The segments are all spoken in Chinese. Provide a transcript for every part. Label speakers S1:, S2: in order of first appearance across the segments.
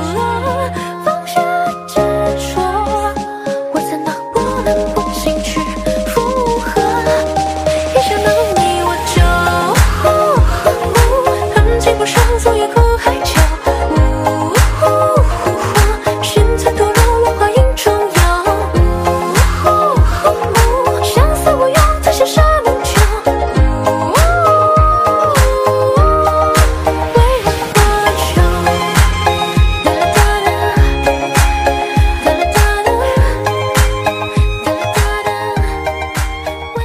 S1: 放下执着，我才能不能不进去附和？一想到你我就恨情不上，总也苦还久。寻财堕入浪花影中游，相思无用，才羡煞梦久。为了多久？哒啦哒啦，哒啦哒啦，哒啦哒啦，为了。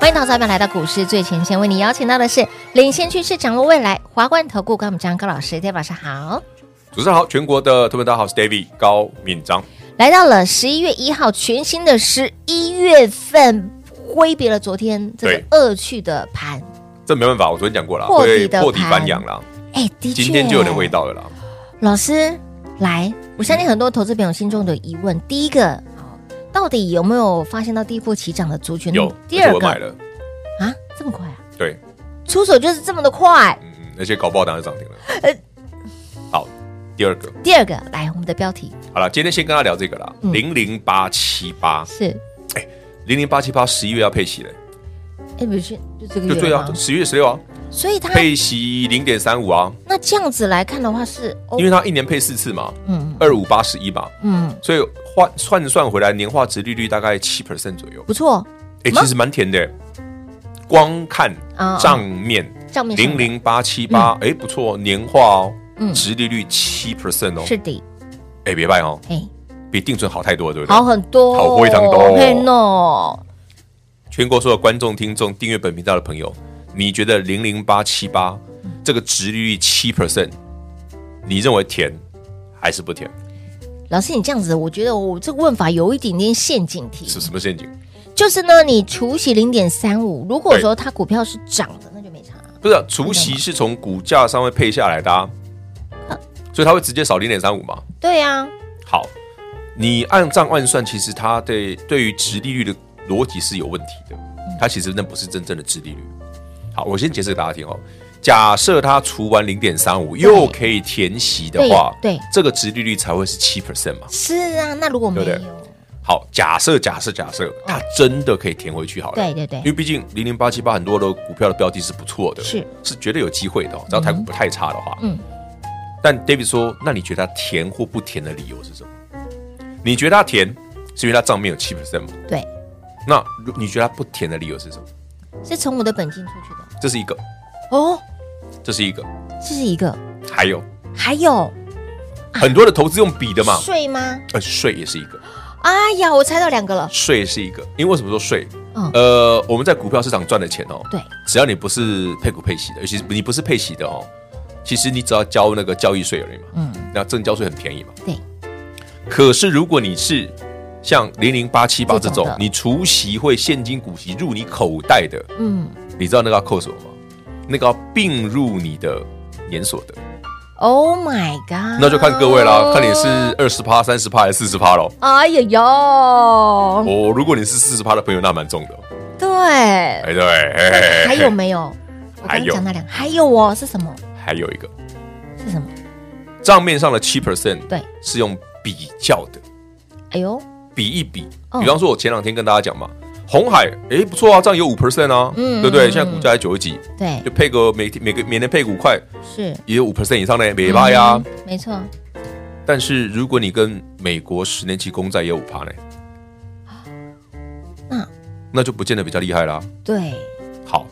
S2: 欢迎投资者朋友来到股市最前线，为你邀请到的是领先趋势、掌握未来华冠投顾高敏章高老师，大家晚上好。
S3: 主持人好，全国的特别大家好，我是 David 高敏章。
S2: 来到了十一月一号，全新的十一月份，挥别了昨天这个
S3: 对
S2: 恶趣的盘。
S3: 这没办法，我昨天讲过了，
S2: 破底
S3: 会
S2: 的
S3: 破底
S2: 盘
S3: 翻扬啦，
S2: 哎，的确，
S3: 今天就有点味。道了啦。
S2: 老师，来，我相信很多投资朋友心中的疑问，第一个，哦到底有没有发现到第一波起涨的族群？
S3: 有，
S2: 嗯第
S3: 而且
S2: 二
S3: 我
S2: 个
S3: 买了，
S2: 啊，这么快啊？
S3: 对，
S2: 出手就是这么的快。
S3: 嗯嗯，而且搞不好当然涨停了。
S2: 呃
S3: 好，第二个，
S2: 第二个，来，我们的标题
S3: 好了，今天先跟他聊这个啦，
S2: 嗯
S3: 零零八七八，
S2: 是，
S3: 零零八七八，十一月要配息嘞，
S2: 哎，不是，就这个
S3: 就对
S2: 月
S3: 啊
S2: 吗，？
S3: 十一月十六啊，
S2: 所以它
S3: 配息零点三五啊，
S2: 那这样子来看的话是，哦
S3: 因为它一年配四次嘛，
S2: 嗯
S3: 二五八十一嘛，
S2: 嗯，
S3: 所以换换算回来，年化值利率大概七 percent 左右。
S2: 不错，
S3: 哎、
S2: 吗
S3: 其实蛮甜的。光看
S2: 啊
S3: 账面，
S2: 账面上的
S3: 零零八七八，哎，不错，年化哦，
S2: 嗯
S3: 殖利率七 percent 哦，
S2: 是的，
S3: 哎，别拜哦，
S2: 哎，
S3: 比定存好太多了，对不对？
S2: 好很多，
S3: 好非常多
S2: 嘿喏，
S3: 全国所有观众、听众、订阅本频道的朋友，你觉得零零八七八
S2: 嗯
S3: 这个殖利率七 percent，你认为甜还是不甜？
S2: 嗯老师，你这样子，我觉得我这个问法有一点点陷阱题，
S3: 是什么陷阱？
S2: 就是呢，你除息零点三五，如果说它股票是涨的，那就没差。
S3: 不是啊、除息是从股价上面配下来的、啊，
S2: 呃
S3: 所以它会直接少零点三五嘛。
S2: 对啊呀、
S3: 好，你按账按算，其实它对对于殖利率的逻辑是有问题的，
S2: 嗯
S3: 它其实那不是真正的殖利率。好，我先解释给大家听哦。假设它除完零点三五，又可以填息的话，
S2: 对对
S3: 这个殖利率才会是七 percent 嘛。
S2: 是啊，那如果没有，
S3: 对不好，假设假设假
S2: 哦
S3: 设，它真的可以填回去好了。
S2: 对对对
S3: 因为毕竟零零八七八很多的股票的标的是不错的，
S2: 是
S3: 是绝对有机会的、哦，只要台股不太差的话。
S2: 嗯。
S3: 但 David 说，那你觉得它填或不填的理由是什么？你觉得它填是因为它账面有七 percent 吗？
S2: 对，
S3: 那如你觉得它不填的理由是什么？
S2: 是从我的本金出去的
S3: 这是一个，
S2: 哦，
S3: 这是一个，
S2: 这是一个，
S3: 还有
S2: 还有
S3: 很多的投资用比的嘛，
S2: 税吗？
S3: 呃，税也是一个，
S2: 哎呀，我猜到两个了，
S3: 税也是一个，因为为什么说税？
S2: 嗯
S3: 呃，我们在股票市场赚的钱哦，
S2: 对，
S3: 只要你不是配股配息的，尤其是你不是配息的哦，其实你只要交那个交易税而已嘛，
S2: 嗯，
S3: 那正交税很便宜嘛。
S2: 对。
S3: 可是如果你是像零零八七八这
S2: 这种
S3: 种
S2: 的，
S3: 你除息会现金股息入你口袋的，
S2: 嗯，
S3: 你知道那个要扣什么吗？那个要并入你的年所得，
S2: Oh my god！
S3: 那就看各位啦，看你是二十趴、三十趴还是四十趴喽。
S2: 哎呀哟，
S3: 哦，如果你是四十趴的朋友，那蛮重的哦。
S2: 对，
S3: 哎，对，哎
S2: 还有？没有？我
S3: 还
S2: 刚
S3: 有
S2: 讲那两，还有哦，是什么？
S3: 还有一个
S2: 是什么？
S3: 账面上的七 percent，
S2: 对，
S3: 是用比较的，
S2: 哎呦，
S3: 比一比。
S2: 哦
S3: 比方说，我前两天跟大家讲嘛，红海，哎，不错啊，这样有五 percent 啊，
S2: 嗯
S3: 对不对？现在股价才九十几，
S2: 对
S3: 就，配个每每个每年配股块
S2: 是
S3: 也有五 percent 以上的，没吧呀？
S2: 嗯没错，
S3: 但是如果你跟美国十年期公债也有五趴呢，
S2: 啊那
S3: 那就不见得比较厉害啦。
S2: 对，
S3: 好，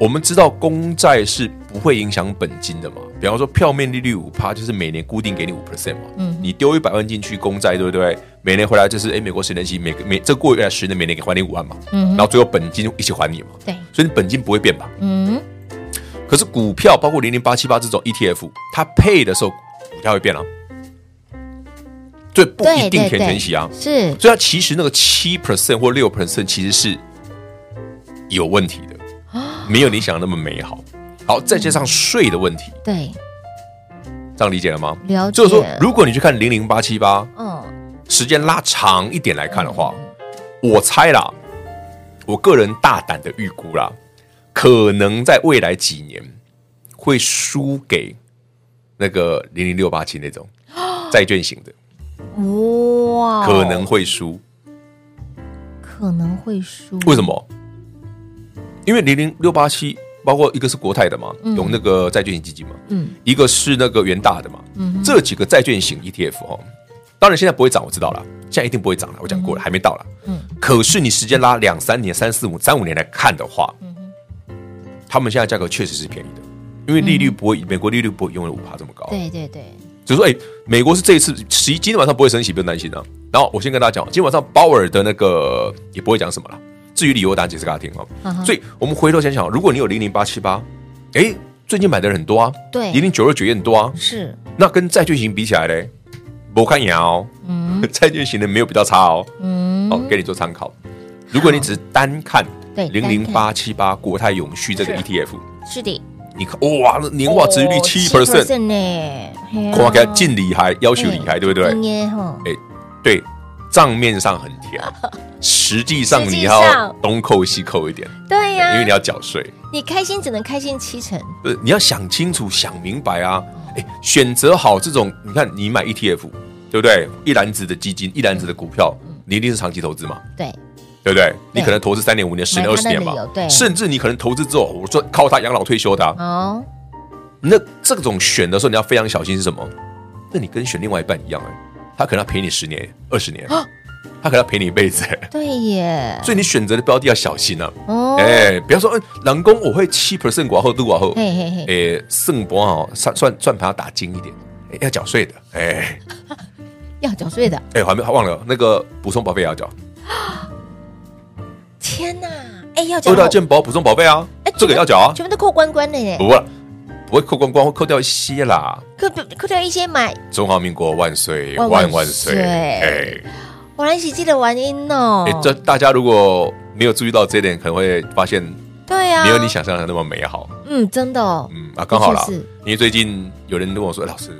S3: 我们知道公债是不会影响本金的嘛，比方说票面利率五趴，就是每年固定给你五 percent 嘛，
S2: 嗯
S3: 你丢一百万进去公债，对不对？每年回来就是，哎，美国十年期每个每这过未来十年每年给还你五万嘛，
S2: 嗯哼
S3: 然后最后本金一起还你嘛，
S2: 对，
S3: 所以你本金不会变吧？
S2: 嗯，
S3: 可是股票包括零零八七八这种 ETF，它配的时候股票会变啊，所以不哦一
S2: 对对
S3: 定填全
S2: 对，
S3: 息啊，
S2: 是
S3: 所以它其实那个七 percent 或六 percent 其实是有问题的，没有你想的那么美好。好，再加上税的问题，
S2: 对，
S3: 这样理解了吗？
S2: 了解
S3: 就是说，如果你去看零零八七八，
S2: 嗯，
S3: 时间拉长一点来看的话，我猜啦，我个人大胆的预估啦，可能在未来几年会输给那个零零六八七 那种债券型的，
S2: 哇，
S3: 可能会输。
S2: 可能会输，
S3: 为什？么？因为零零六八七，包括一个是国泰的嘛，有那个债券型基金嘛，
S2: 嗯
S3: 一个是那个元大的嘛，这几个债券型 ETF 哦，当然现在不会涨，我知道了，现在一定不会涨了，我讲过了，还没到了。
S2: 嗯
S3: 可是你时间拉两三年、三四五、三五年来看的话，
S2: 嗯
S3: 他们现在价格确实是便宜的，因为利率不会，美国利率不会永远五趴这么高。
S2: 对对对，
S3: 只是说，哎、美国是这一次十一今天晚上不会升息，不用担心啊。然后我先跟大家讲，今天晚上鲍尔的那个也不会讲什么了。至于理由，我等下解释给大家听哦。
S2: 嗯哼
S3: 所以我们回头想想，如果你有零零八七八，哎，最近买的人很多啊，
S2: 对
S3: 零零九二九也很多啊，
S2: 是，
S3: 那跟债券型比起来嘞，我看牙哦，
S2: 嗯
S3: 债券型的没有比较差哦。
S2: 嗯，
S3: 好，给你做参考。如果你只是单看
S2: 对
S3: 零零八七八国泰永续这个
S2: 是
S3: ETF，
S2: 是的，哦
S3: 你看哇，那年化值率七 percent，
S2: 呢，
S3: 看起来劲厉害，要求厉
S2: 嗯
S3: 害，对不对？
S2: 耶吼，
S3: 哎，对，账面上很 甜，实际上
S2: 实
S3: 你
S2: 际
S3: 要
S2: 上
S3: 东扣西扣一点，
S2: 对呀，
S3: 因为你要缴税，
S2: 你开心只能开心七成，
S3: 不是你要想清楚、想明白啊。哎，选择好这种，你看你买 ETF，对不对？一篮子的基金，一篮子的股票，你一定是长期投资嘛，
S2: 对，
S3: 对不对？你
S2: 嗯对
S3: 可能投资三年、五年、十年、
S2: 买
S3: 二
S2: 它
S3: 十
S2: 的
S3: 年嘛
S2: 理由对，
S3: 甚至你可能投资之后，我说靠它养老退休的啊、
S2: 哦，
S3: 那这种选的时候，你要非常小心是什么？那你跟选另外一半一样哎、他可能要陪你十年、二十
S2: 啊
S3: 年，他可能要陪你一辈子、哎
S2: 对耶，
S3: 所以你选择的标的要小心啊。
S2: 哦，
S3: 哎、不要说，嗯，狼公我会七 percent 寡后度寡后，
S2: 嘿嘿嘿，
S3: 哎，圣博哦，算算算盘要打精一点，哎要缴税的，哎、
S2: 要缴税的，
S3: 哎，我还没还忘了那个补充保费也要缴，
S2: 天哪，哎，要缴
S3: 二，大健保补充保费啊，
S2: 哎
S3: 这个也要缴啊，哦
S2: 全部都扣关关的耶
S3: 不，过不会扣光光，会扣掉一些啦。
S2: 扣扣掉一些买，
S3: 中华民国万岁，
S2: 万
S3: 万
S2: 万
S3: 万
S2: 岁
S3: 岁！哎
S2: 我来喜记的玩音哦
S3: 哎，，这大家如果没有注意到这一点，可能会发现
S2: 对呀，
S3: 没有你，想象的那么美好。
S2: 嗯，真的哦，
S3: 嗯啊，刚好啦
S2: 的确是，
S3: 因为最近有人跟我说，哎老师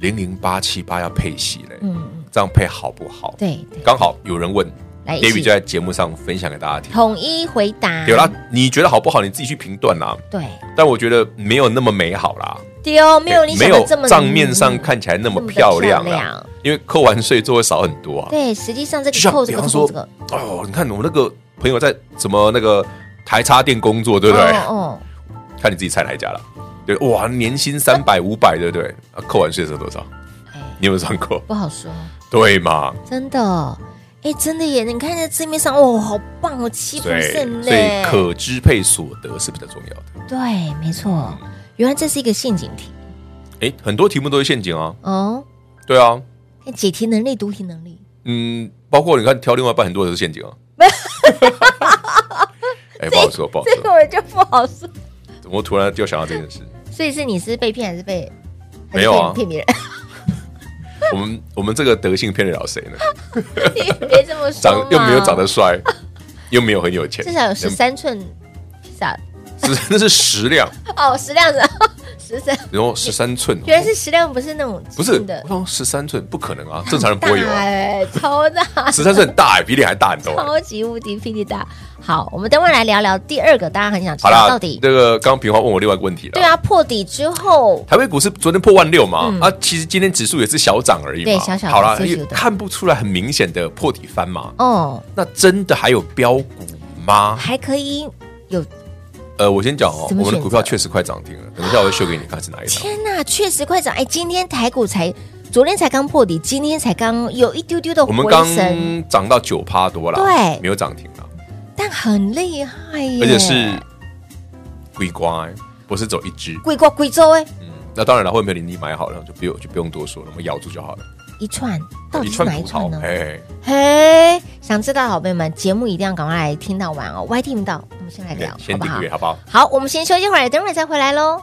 S3: 零零八七八要配息嘞，
S2: 嗯嗯，
S3: 这样配好不好？
S2: 对对，
S3: 刚好有人问
S2: 来一起
S3: ，David 就在节目上分享给大家听。
S2: 统一回答，
S3: 有啦，你觉得好不好？你自己去评断啦。
S2: 对，
S3: 但我觉得没有那么美好啦，
S2: 丢没有你
S3: 哎
S2: 想
S3: 没有
S2: 的这么
S3: 账面上
S2: 嗯
S3: 看起来那么
S2: 这么的
S3: 漂亮
S2: 漂
S3: 啦
S2: 亮。
S3: 因为扣完税就会少很多啊。
S2: 对，实际上这
S3: 就
S2: 个
S3: 像
S2: 扣这
S3: 比
S2: 个
S3: 方
S2: 扣
S3: 说
S2: 这个，，
S3: 哦，你看我那个朋友在什么那个台插店工作，对不对？
S2: 哦，哦
S3: 看你自己猜哪一家了。对，哇，年薪三百五百，对不对？啊扣完税的时候多少？
S2: 哎，
S3: 你有没有算过？
S2: 不好说，
S3: 对嘛？
S2: 真的，哎，真的耶！你看这字面上，哦，好棒哦，七不
S3: 对，
S2: 胜
S3: 所
S2: 嘞
S3: 以，可支配所得是比较重要的。
S2: 对，没错，
S3: 嗯
S2: 原来这是一个陷阱题
S3: 哎，很多题目都是陷阱啊。
S2: 哦。
S3: 对啊，
S2: 看解题能力、读题能力，
S3: 嗯，包括你看挑另外一半，很多都是陷阱 啊。哎，不好说，不好
S2: 这个
S3: 说，
S2: 我就不好说。
S3: 怎么突然就想到这件事？
S2: 所以是你是被骗还是被还是
S3: 没有啊
S2: 被骗别人？
S3: 我们我们这个德性骗得了谁呢？
S2: 你别这么说
S3: 长
S2: 嘛
S3: 又没有长得，嗯帅，又没有很有钱，
S2: 至少有十
S3: 能
S2: 三寸披萨
S3: 是那是食量，
S2: 哦，十两子，十 十三，
S3: 然后十三寸，
S2: 原来是食量不是那种
S3: 不是
S2: 轻？的
S3: 我，想十三寸不可能啊，正 常人不会有
S2: 大
S3: 啊。
S2: 哎，超大，
S3: 十三寸很大哎，比脸还大很多哎。
S2: 超级无敌霹雳大。好，我们等会儿来聊聊第二个，大家很想知
S3: 好
S2: 道
S3: 啦，
S2: 到底
S3: 这个刚刚平华问我另外一个问题了。
S2: 对，啊破底之后，
S3: 台北股市昨天破万六嘛，
S2: 嗯
S3: 啊，其实今天指数也是小涨而已嘛。
S2: 对小小的
S3: 好啦，
S2: 小小的
S3: 也看不出来很明显的破底翻嘛。
S2: 哦，
S3: 那真的还有标股吗？
S2: 还可以有
S3: 呃，我先讲哦，
S2: 怎么
S3: 我们的
S2: 选
S3: 股票
S2: 择
S3: 确实快涨停了，等一下我会秀给你看是哪一档。
S2: 天呐，确实快涨！哎，今天台股才，昨天才刚破底，今天才刚有一丢丢的
S3: 我
S2: 回
S3: 们刚
S2: 升，
S3: 涨到九趴多啦，
S2: 对
S3: 没有涨停啦，
S2: 但很厉害耶！
S3: 而且是龟乖，不是走一只。
S2: 贵过贵州哎，
S3: 嗯，那当然了，会没有你买好了，就不用就不用多说了，我们咬住就好了。
S2: 一串到底
S3: 一
S2: 是
S3: 串
S2: 哪一
S3: 葡
S2: 串
S3: 萄
S2: 呢，？
S3: 哎，
S2: 嘿，想知道的好朋友们，节目一定要赶快来听到完哦。Y 听不到，我们先来聊，哎好
S3: 哎先
S2: 不
S3: 订
S2: 好
S3: 阅？好不好？
S2: 好，我们先休息会儿，等会儿再回来喽。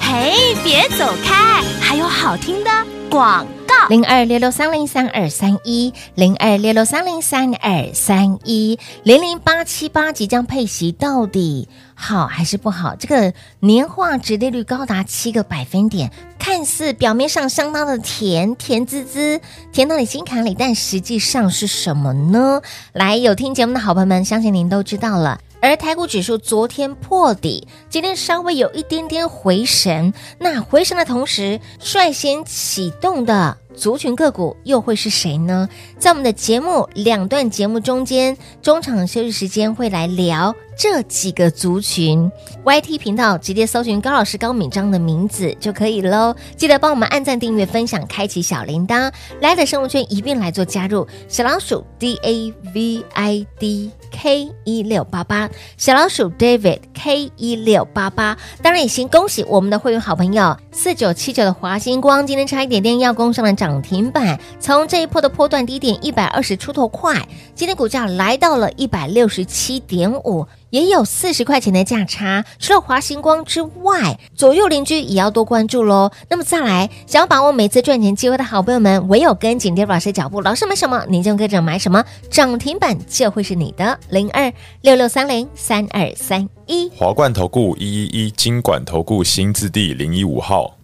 S1: 嘿，别走开，还有好听的广告。
S2: 零二六六三零三二三一，零二六六三零三二三一，零零八七八即将配息，到底好还是不好？这个年化值利率高达七个百分点，看似表面上相当的甜，甜滋滋，甜到你心坎里，但实际上是什么呢？来，有听节目的好朋友们，相信您都知道了。而台股指数昨天破底，今天稍微有一点点回神。那回神的同时，率先启动的族群个股又会是谁呢？在我们的节目两段节目中间，中场休息时间会来聊这几个族群。YT 频道直接搜寻高老师高敏章的名字就可以喽。记得帮我们按赞、订阅、分享、开启小铃铛，来的生活圈一并来做加入。小老鼠 D A V I D K 一六八八，小老鼠 David K 一六八八。当然也先恭喜我们的会员好朋友四九七九的华星光，今天差一点点要攻上了涨停板，从这一波的波段低点一百二十出头快，今天股价来到了一百六十七点五。也有四十块钱的价差。除了华星光之外，左右邻居也要多关注喽。那么再来，想要把握每次赚钱机会的好朋友们，唯有跟紧 d a 老师脚步，老师买什么，你就跟着买什么，涨停板就会是你的。零二六六三零三二三一。
S4: 华冠投顾一一一金管投顾新字第零一五号，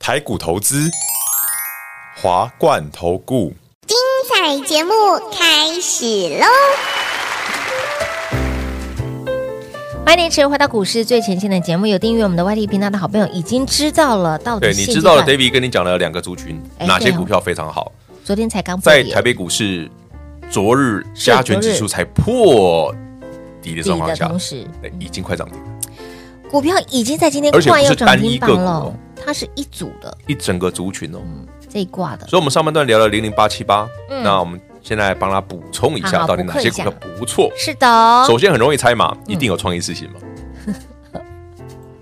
S4: 台股投资，华冠投顾。
S5: 彩节目开始喽！
S2: 欢迎您持续回到股市最前线的节目，有订阅我们的 YT 频道的好朋友已经知道了，到底
S3: 对，你
S2: 现
S3: 知道了
S2: 阶段
S3: ，David 跟你讲了两个族群，
S2: 哎
S3: 哪些
S2: 对哦
S3: 股票非常好？
S2: 昨天才刚破
S3: 在
S2: 底
S3: 台北股市昨日加权指数才破底
S2: 底
S3: 的状况
S2: 的
S3: 下
S2: 同，时，
S3: 哎已经快涨停了，
S2: 股票已经在今天
S3: 而且不
S2: 快要
S3: 是
S2: 涨
S3: 单一
S2: 停
S3: 个
S2: 板
S3: 股
S2: 了
S3: 哦，
S2: 它是一组的
S3: 一整个族群哦。
S2: 这一挂的。
S3: 所以我们上半段聊了零零八七八，
S2: 嗯
S3: 那我们现在帮他补充一
S2: 好
S3: 下，
S2: 好
S3: 到底哪些
S2: 补课一
S3: 股票
S2: 下嗯
S3: 不错。
S2: 是的，
S3: 首先很容易猜嘛，一定有创意事情嘛。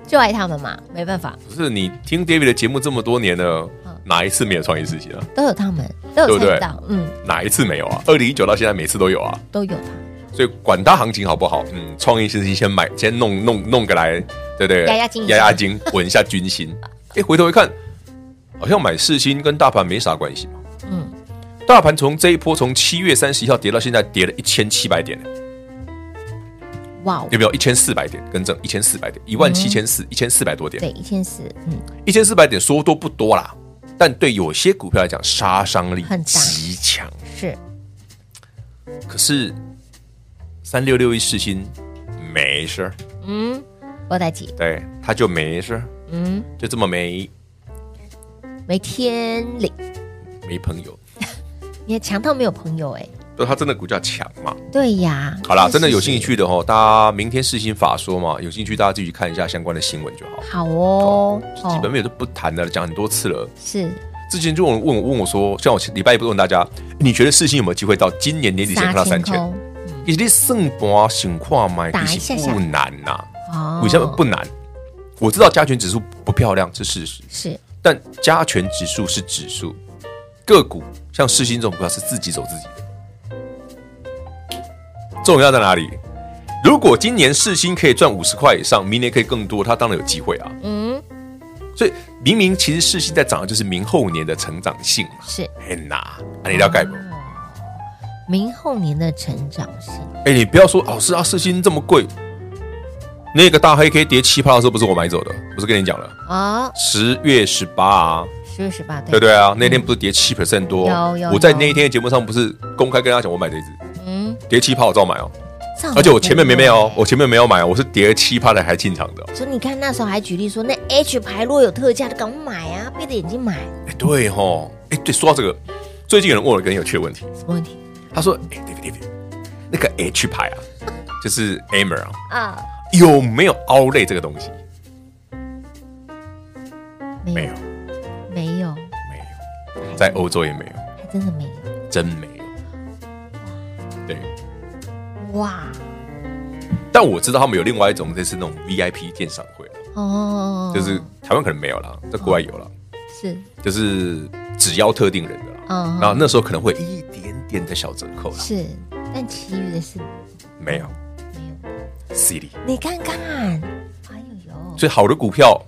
S2: 就爱他们嘛，没办法，
S3: 不是你听 David 的节目这么多年了
S2: 嗯，
S3: 哪一次没有创意事情啊？
S2: 都有他们，都有
S3: 对不
S2: 猜
S3: 对
S2: 到，嗯，
S3: 哪一次没有啊？二零一九到现在每次都有啊，
S2: 都有他，
S3: 所以管它行情好不好，嗯，创意事情先买，先弄弄弄个来，对不对？
S2: 压压惊一下
S3: 压压惊， 稳一下 军心。哎，回头一看，好像买世新跟大盘没啥关系嘛。
S2: 嗯，
S3: 大盘从这一波从七月三十一号跌到现在，跌了一千七百点，
S2: 哇哦，
S3: 有没有？一千四百点，更正，一千四百点，一万七千四，一千四百多
S2: 嗯
S3: 点，
S2: 对，一千四，嗯，
S3: 一千四百点说多不多啦，但对有些股票来讲，杀伤力
S2: 很大
S3: 极强。
S2: 是
S3: 可是三六六一世新没事儿，
S2: 我代几，
S3: 对，它就没事儿，
S2: 嗯，
S3: 就这么没
S2: 没天理，
S3: 没朋友。
S2: 你强到没有朋友哎，
S3: 就它真的股价强嘛？
S2: 对呀，
S3: 好啦，
S2: 这
S3: 真的有
S2: 事实
S3: 兴，趣的哦，大家明天世新法说嘛，有兴趣大家自己去看一下相关的新闻就好。
S2: 好哦，
S3: 基
S2: 哦，
S3: 本面都不谈了，讲很多次了。
S2: 是
S3: 之前就有人问我问我说，像我礼拜一不是问大家，你觉得世新有没有机会到今年年底前看到
S2: 杀
S3: 三
S2: 青
S3: 千？
S2: 空
S3: 其实算盘情况买
S2: 打
S3: 其
S2: 一下
S3: 实
S2: 下
S3: 不难呐、
S2: 哦
S3: 为什么不难？我知道加权指数不漂亮，这是事实。
S2: 是
S3: 但加权指数是指数，个股像世新这种股票是自己走自己的。重要在哪里？如果今年世新可以赚五十块以上，明年可以更多，它当然有机会啊。
S2: 嗯
S3: 所以明明其实世新在涨的就是明后年的成长性嘛。
S2: 是
S3: 哎呐，那你了解不？
S2: 明后年的成长性，
S3: 哦哎，你不要说老师啊，世新这么贵，那个大黑 K 跌七趴的时候，不是我买走的，不是跟你讲了，
S2: 哦，
S3: 十月十八啊，
S2: 十月十八，
S3: 对不对啊？那天不是跌七 percent 多？
S2: 嗯
S3: 哦
S2: 有有
S3: 我在
S2: 有
S3: 那一天的节目上不是公开跟大家讲，我买这一只
S2: 嗯，
S3: 跌七趴，我照买哦。
S2: 照
S3: 而且我前面没没有
S2: 买，对
S3: 我前面没有买，我是跌七趴的还进场的哦。
S2: 哦所以你看那时候还举例说，那 H 牌若有特价就赶快买啊，闭着眼睛买，
S3: 哎，对吼，哎，对，说到这个，最近有人问我一个很有趣的问题，
S2: 什么问题
S3: 他说：“哎，David David，那个 H 牌 啊，就是 Amer 啊，
S2: 啊？
S3: 有没有凹类这个东西？”
S2: 嗯没
S3: 没有，
S2: 没有，
S3: 没有，在欧洲也没有，
S2: 还真的没有。
S3: 真没有。对，
S2: 哇，
S3: 但我知道他们有另外一种，就是那种 VIP 鉴赏会，啊
S2: 哦，
S3: 就是台湾可能没有啦，在国外有啦，
S2: 嗯是
S3: 就是只邀特定人的啦。
S2: 嗯
S3: 然后那时候可能会一点点的小折扣啦，
S2: 是，但其余的是
S3: 没有
S2: 没有。
S3: CD。
S2: 你看看，哎呦呦，
S3: 所以好的股票，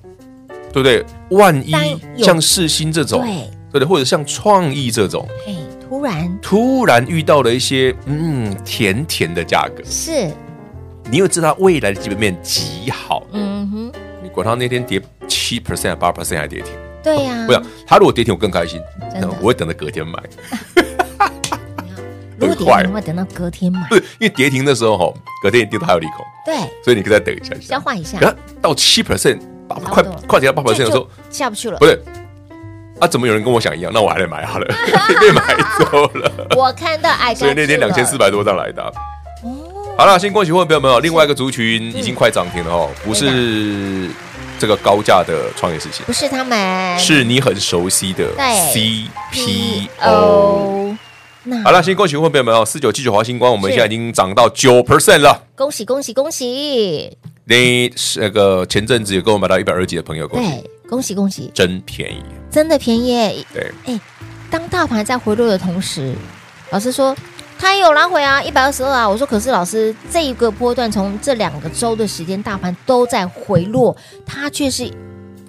S3: 对不对？万一
S2: 但有
S3: 像世新这种，
S2: 对
S3: 对不对？或者像创意这种，
S2: 哎，突然
S3: 突然遇到了一些嗯甜甜的价格，
S2: 是，
S3: 你又知道未来的基本面极好，
S2: 嗯哼，
S3: 你管它那天跌七 percent、八 percent 还跌停，
S2: 对啊呀、
S3: 不想它如果跌停我更开心，
S2: 嗯真的
S3: 那我会等着隔天买，
S2: 如果
S3: 很快
S2: 点的话，等到隔天买
S3: 不，是因为跌停的时候哈，隔天一定还有利空，
S2: 对，
S3: 所以你可以再等一下下，
S2: 消化一下
S3: 可，它到七 percent、八
S2: 差不
S3: 快
S2: 多
S3: 快跌到八 percent 的时候
S2: 就，下不去了
S3: 不。对。啊，怎么有人跟我想一样？那我还得买 好了，被买走了。
S2: 我看到矮，
S3: 所以那天两千四百多张来的啊。好了，先恭喜会员朋友们哦，另外一个族群已经快涨停了哦，不是这个高价的创业事情
S2: 不，是他们
S3: 是你很熟悉的
S2: 对
S3: CPO。。
S2: 那
S3: 好了，先恭喜会员朋友们哦，四九七九华星光，我们
S2: 是
S3: 现在已经涨到九 percent 了。
S2: 恭喜恭喜恭喜！
S3: 那那个前阵子有跟我买到一百二几的朋友，恭喜，
S2: 对，恭喜恭喜，
S3: 真便宜。
S2: 真的便宜耶。
S3: 对，
S2: 当大盘在回落的同时，老师说它也有拉回啊，一百二十二啊。我说可是老师，这一个波段从这两个周的时间，大盘都在回落，它却是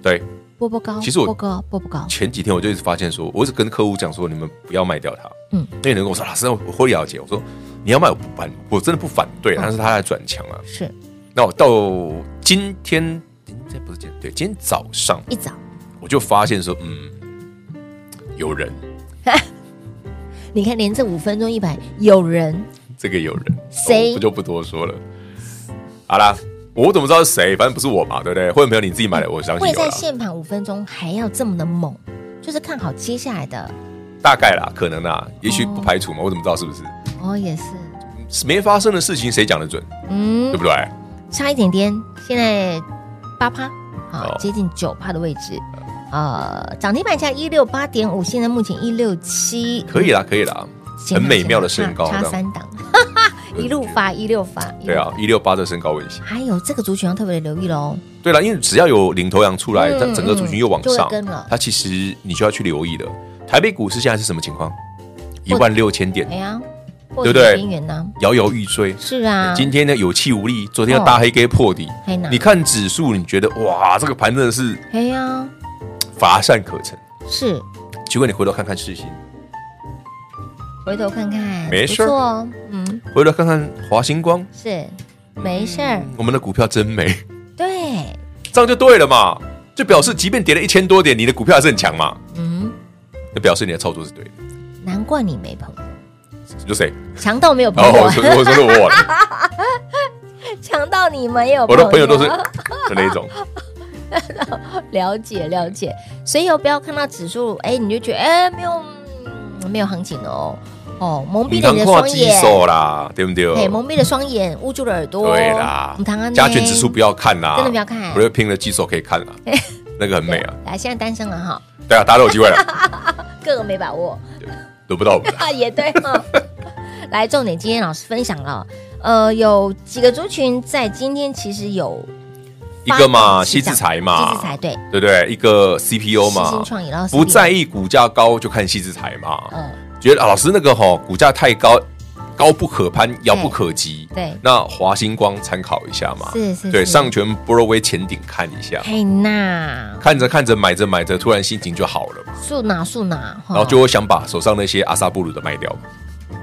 S3: 对，
S2: 波波高，
S3: 其实我
S2: 波高波波高，
S3: 前几天我就一直发现说，我一直跟客户讲说，你们不要卖掉它。
S2: 嗯
S3: 嗯，那有人跟我说，老师，我会了解。我说你要卖，我不反，我真的不反对，
S2: 嗯
S3: 但是它在转强啊。
S2: 是
S3: 那我到今天，这不是今天，对，今天早上
S2: 一早。
S3: 我就发现说，嗯，有人，
S2: 你看，连这五分钟一百，有人
S3: 这个有人，
S2: 谁
S3: 我我就不多说了。好啦，我怎么知道是谁？反正不是我嘛，对不对？会员朋友你自己买的，我相信
S2: 会
S3: 有
S2: 嗯在
S3: 啦，
S2: 现盘五分钟还要这么的猛，就是看好接下来的。
S3: 大概啦，可能啦，也许不排除嘛。我怎么知道是不是？
S2: 哦，也是，
S3: 是没发生的事情谁讲得准，
S2: 嗯
S3: 对，不对？
S2: 差一点点，现在八趴，好
S3: 哦，
S2: 接近九趴的位置。呃，涨停板价一六八点五，现在目前一六七，
S3: 可以啦，可以啦。很美妙的身高
S2: 差
S3: 这样
S2: 三档， 一路发一六发，一
S3: 对
S2: 路
S3: 啊
S2: 发。，
S3: 一六八的身高危险。
S2: 还有这个族群要特别的留意喽，
S3: 对了，因为只要有领头羊出来，
S2: 嗯
S3: 它整个族群又往
S2: 就
S3: 上
S2: 会跟了，
S3: 它其实你就要去留意的。台北股市现在是什么情况？一万六千点
S2: 哎，呀，破
S3: 对不
S2: 底
S3: 对
S2: 边缘呢？
S3: 摇摇欲坠。
S2: 是啊，
S3: 今天呢有气无力，昨天
S2: 哦
S3: 要大黑给破底
S2: 嘿呐。
S3: 你看指数，你觉得哇，这个盘真的是
S2: 哎呀，
S3: 乏善可陈。
S2: 是
S3: 结果你回头看看世新，
S2: 回头看看，
S3: 没事儿
S2: 不错哦，嗯，
S3: 回头看看华星光，
S2: 是没事儿，
S3: 我们的股票真美，
S2: 对，
S3: 这样就对了嘛。就表示即便跌了一千多点，你的股票还是很强嘛。
S2: 嗯，
S3: 那表示你的操作是对的。
S2: 难怪你没朋友，
S3: 你说谁？
S2: 强到没有朋
S3: 哦，
S2: 友啊
S3: 我，说我说是我啦。
S2: 强到你没有，
S3: 我的朋友都是
S2: 啊
S3: 就那一 种，
S2: 了解了解，所以哦，不要看到指数，哎，你就觉得哎没有、嗯没有行情哦，哦，蒙蔽了你的
S3: 跨
S2: 双
S3: 基
S2: 眼，
S3: 手啦，对不对？
S2: 哎，蒙蔽了双眼，捂住了耳朵，
S3: 对啦
S2: 我们谈，
S3: 加权指数不要看啦，
S2: 真的不要看
S3: 我就拼了基手可以 看啦，那个很美啊。
S2: 来，现在单身了哈，
S3: 对啊，大家都有机会 了，
S2: 个个没把握，
S3: 轮不到我们啦。
S2: 啊，也对哈。 来，重点，今天老师分享了，呃，有几个族群在今天其实有
S3: 一个嘛，
S2: 西
S3: 西
S2: 子
S3: 之财嘛，
S2: 西子财对，
S3: 对不对？一个 CPU
S2: 世新
S3: 嘛，
S2: 创意然后
S3: 不在意股价高就看西之财嘛。
S2: 嗯，
S3: 觉得啊老师那个吼股价太高，高不可攀，遥不可及。
S2: 对对
S3: 那华星光参考一下嘛，
S2: 是是
S3: 对，
S2: 是
S3: 上权 Broadway 前顶看一下，
S2: 嘿呐，
S3: 看着看着买着买着，突然心情就好了。
S2: 速拿速拿，哈
S3: 然后就会想把手上那些阿萨布鲁的卖掉，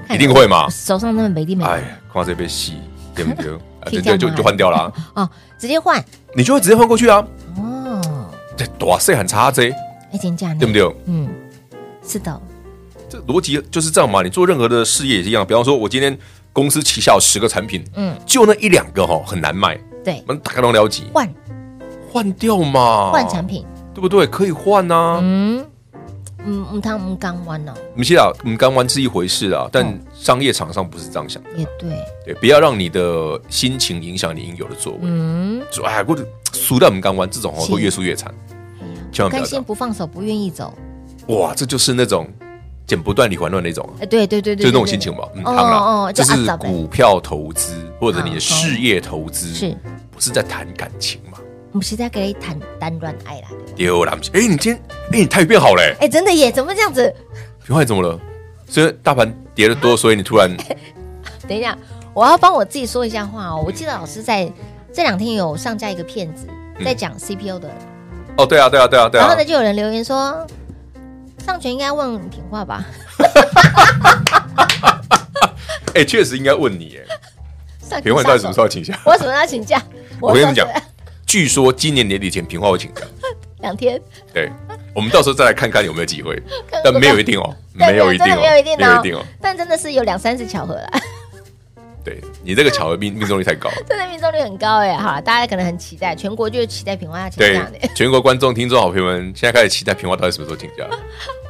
S2: 看
S3: 一定会嘛？
S2: 手上那么没地没地，
S3: 哎 呀，看这被戏，对不对？啊
S2: 可以
S3: 就
S2: 这样
S3: 就
S2: 吗
S3: 就换掉啦，
S2: 哦，直接换
S3: 你就会直接换过去啊。
S2: 哦，
S3: 这哇塞，很差这，
S2: 哎，真假呢
S3: 对不？对？
S2: 嗯，是的，
S3: 这逻辑就是这样嘛。你做任何的事业也是一样，比方说，我今天公司旗下有十个产品，
S2: 嗯，
S3: 就那一两个哈、很难卖，
S2: 对
S3: 我，们大概都了解，
S2: 换
S3: 换掉嘛，
S2: 换产，品，
S3: 对不对？可以换啊。
S2: 嗯嗯，唔汤唔刚弯哦，
S3: 我们现在我们刚玩是一回事啊，但商业场上不是这样想的，
S2: 也对，
S3: 对，不要让你的心情影响你应有的作为。
S2: 嗯，
S3: 说哎，我输到我们刚玩这种哦，
S2: 是
S3: 会越输越惨，千万不
S2: 甘
S3: 要这
S2: 心
S3: 样。
S2: 不放手，不愿意走，
S3: 哇，这就是那种剪不断理还乱那种啊。
S2: 哎，对对对对，
S3: 就是那种
S2: 对
S3: 心
S2: 对
S3: 情吧，嗯，
S2: 哦
S3: 当然，
S2: 哦，
S3: 这
S2: 就啊
S3: 是
S2: 咋办
S3: 股票投资或者你的事业投资，
S2: 嗯哦是，
S3: 不是在谈感情嘛？
S2: 我们是在给你谈单恋爱啦，对吧
S3: 丢啦，不是哎，你今天哎，你态度变好嘞，
S2: 哎，真的耶，怎么这样子？
S3: 平坏怎么了？所以大盘跌得多，所以你 突然
S2: 等一下，我要帮我自己说一下话哦。我记得老师在这两天有上架一个片子，在讲 CPU 的，
S3: 哦，对啊，对啊，对嗯啊，对
S2: 然
S3: 啊
S2: 后呢，就有人留言说，上权应该问品话吧？
S3: 哎，确实应该问你，哎，
S2: 上权
S3: 平坏到底什
S2: 上
S3: 么时
S2: 手
S3: 候请假？
S2: 我为什么要请假？
S3: 我跟你们
S2: 上
S3: 讲
S2: 手，
S3: 据说今年年底前平坏会请假，
S2: 两天，
S3: 对，我们到时候再来看看有没有 机会，
S2: 看
S3: 但没有一定哦，
S2: 对
S3: 没有一定
S2: 真
S3: 哦，
S2: 的没有一定哦，
S3: 没有一定哦，
S2: 但真的是有两三次巧合啦，
S3: 对你这个巧合命命中率太高了。
S2: 真的命中率很高哎。好了，大家可能很期待，全国就是期待品话要请
S3: 对
S2: 假的。，
S3: 全国观众、听众、好朋友们，现在开始期待平花到底什么时候请 假。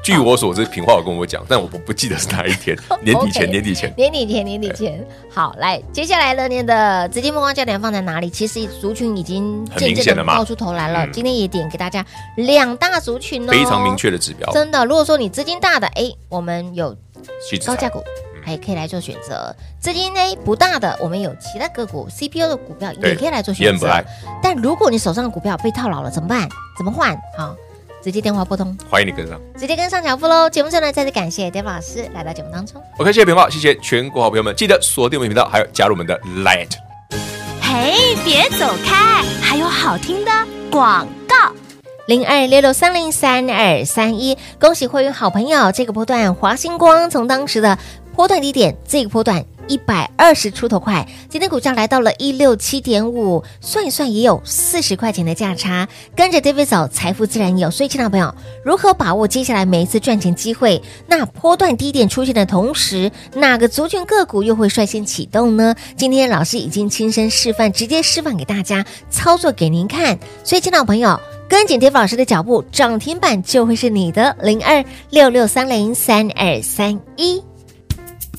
S3: 据我所知，平花有跟我讲，但我不不记得是哪一 天，年底前，
S2: OK
S3: 年底前。
S2: 年底前，年底前，好，来，接下来呢，你的资金目光焦点放在哪里？其实族群已经
S3: 很
S2: 渐
S3: 明
S2: 渐
S3: 显
S2: 的
S3: 了嘛
S2: 冒出头来了，
S3: 嗯
S2: 今天也点给大家两大族群哦，
S3: 非常明，确的指标，
S2: 真的。如果说你资金大的，哎，我们有
S3: 去指
S2: 高价
S3: 标。
S2: 股，还可以来做选择；资金呢不大的，我们有其他个股 CPU 的股票也
S3: 对
S2: 可以来做
S3: 也
S2: 选
S3: 很不
S2: 择
S3: 赖。
S2: 但如果你手上的股票被套牢了，怎么办？怎么换？好，直接电话拨通，
S3: 欢迎你跟上。
S2: 直接跟上脚步喽。节目最后呢，再次感谢 David 老师来到节目当中。
S3: OK，谢谢平花，谢谢全国好朋友们，记得锁定我们频道，还有加入我们的 Light。
S5: 嘿，别走开，还有好听的广告。
S2: 零二六六三零三二三一。恭喜会员好朋友，这个波段华星光从当时的波段低点，这个波段。一百二十出头块，今天股价来到了一六七点五，算一算也有四十块钱的价差。跟着 David 走，财富自然有。所以，亲爱的朋友，如何把握接下来每一次赚钱机会？那波段低点出现的同时，哪个族群个股又会率先启动呢？今天老师已经亲身示范，直接示范给大家操作给您看。所以，亲爱的朋友。跟紧 David 老师的脚步，涨停板就会是你的零二六六三零三二三一。